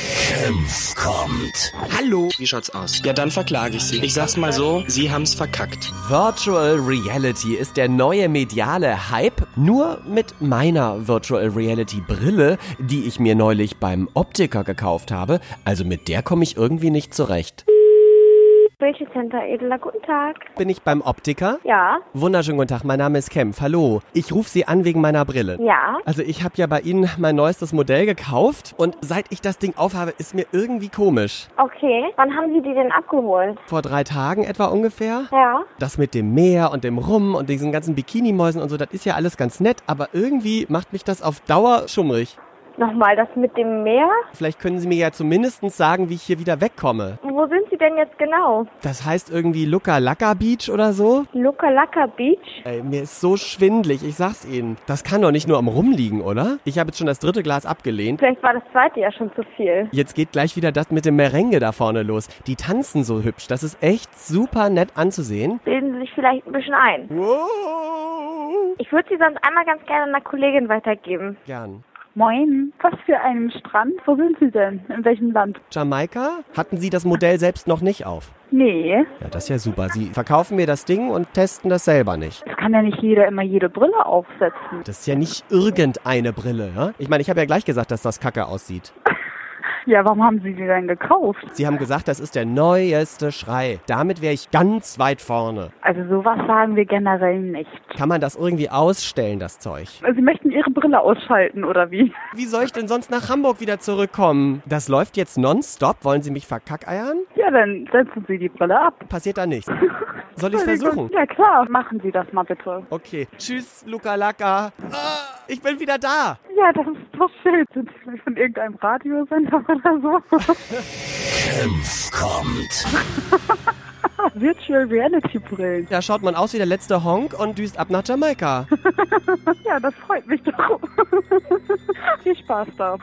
Senf kommt. Hallo. Wie schaut's aus? Ja, dann verklage ich Sie. Ich sag's mal so, Sie haben's verkackt. Virtual Reality ist der neue mediale Hype, nur mit meiner Virtual Reality Brille, die ich mir neulich beim Optiker gekauft habe. Also mit der komme ich irgendwie nicht zurecht. Welche Center Edler? Guten Tag. Bin ich beim Optiker? Ja, Wunderschönen guten Tag, mein Name ist Kempf. Hallo. Ich rufe Sie an wegen meiner Brille. ja. Also ich habe ja bei Ihnen mein neuestes Modell gekauft und seit ich das Ding aufhabe, ist mir irgendwie komisch. Okay. Wann haben Sie die denn abgeholt? Vor drei Tagen etwa ungefähr. Ja. Das mit dem Meer und dem Rum und diesen ganzen Bikini-Mäusen und so, das ist ja alles ganz nett, aber irgendwie macht mich das auf Dauer schummrig. Nochmal das mit dem Meer? Vielleicht können Sie mir ja zumindest sagen, wie ich hier wieder wegkomme. Wo sind Sie denn jetzt genau? Das heißt irgendwie Luca Laka Beach oder so? Lukalaka Beach? Ey, mir ist so schwindlig, ich sag's Ihnen. Das kann doch nicht nur am Rumliegen, oder? Ich habe jetzt schon das dritte Glas abgelehnt. Vielleicht war das zweite ja schon zu viel. Jetzt geht gleich wieder das mit dem Merengue da vorne los. Die tanzen so hübsch, das ist echt super nett anzusehen. Bilden Sie sich vielleicht ein bisschen ein. Wow. Ich würde Sie sonst einmal ganz gerne einer Kollegin weitergeben. Gern. Moin. Was für einen Strand? Wo sind Sie denn? In welchem Land? Jamaika? Hatten Sie das Modell selbst noch nicht auf? Nee, Ja, das ist ja super. Sie verkaufen mir das Ding und testen das selber nicht. es kann ja nicht jeder immer jede Brille aufsetzen. Das ist ja nicht irgendeine Brille, ja? Ich meine, ich habe ja gleich gesagt, dass das kacke aussieht. Ja, warum haben Sie die denn gekauft? Sie haben gesagt, das ist der neueste Schrei. Damit wäre ich ganz weit vorne. Also sowas sagen wir generell nicht. Also Kann man das irgendwie ausstellen, das Zeug? Sie möchten Ihre Brille ausschalten, oder wie? Wie soll ich denn sonst nach Hamburg wieder zurückkommen? Das läuft jetzt nonstop. Wollen Sie mich verkackeiern? Ja, dann setzen Sie die Brille ab. Passiert da nichts. Soll ich versuchen? Ja klar, machen Sie das mal bitte. Okay. Tschüss, Luca Laka. Ah, ich bin wieder da. Ja, das ist doch schön. Sind Sie vielleicht von irgendeinem Radiosender oder so? Senf kommt. Virtual Reality Brillen. Da schaut man aus wie der letzte Honk und düst ab nach Jamaika. Ja, das freut mich doch. Viel Spaß da.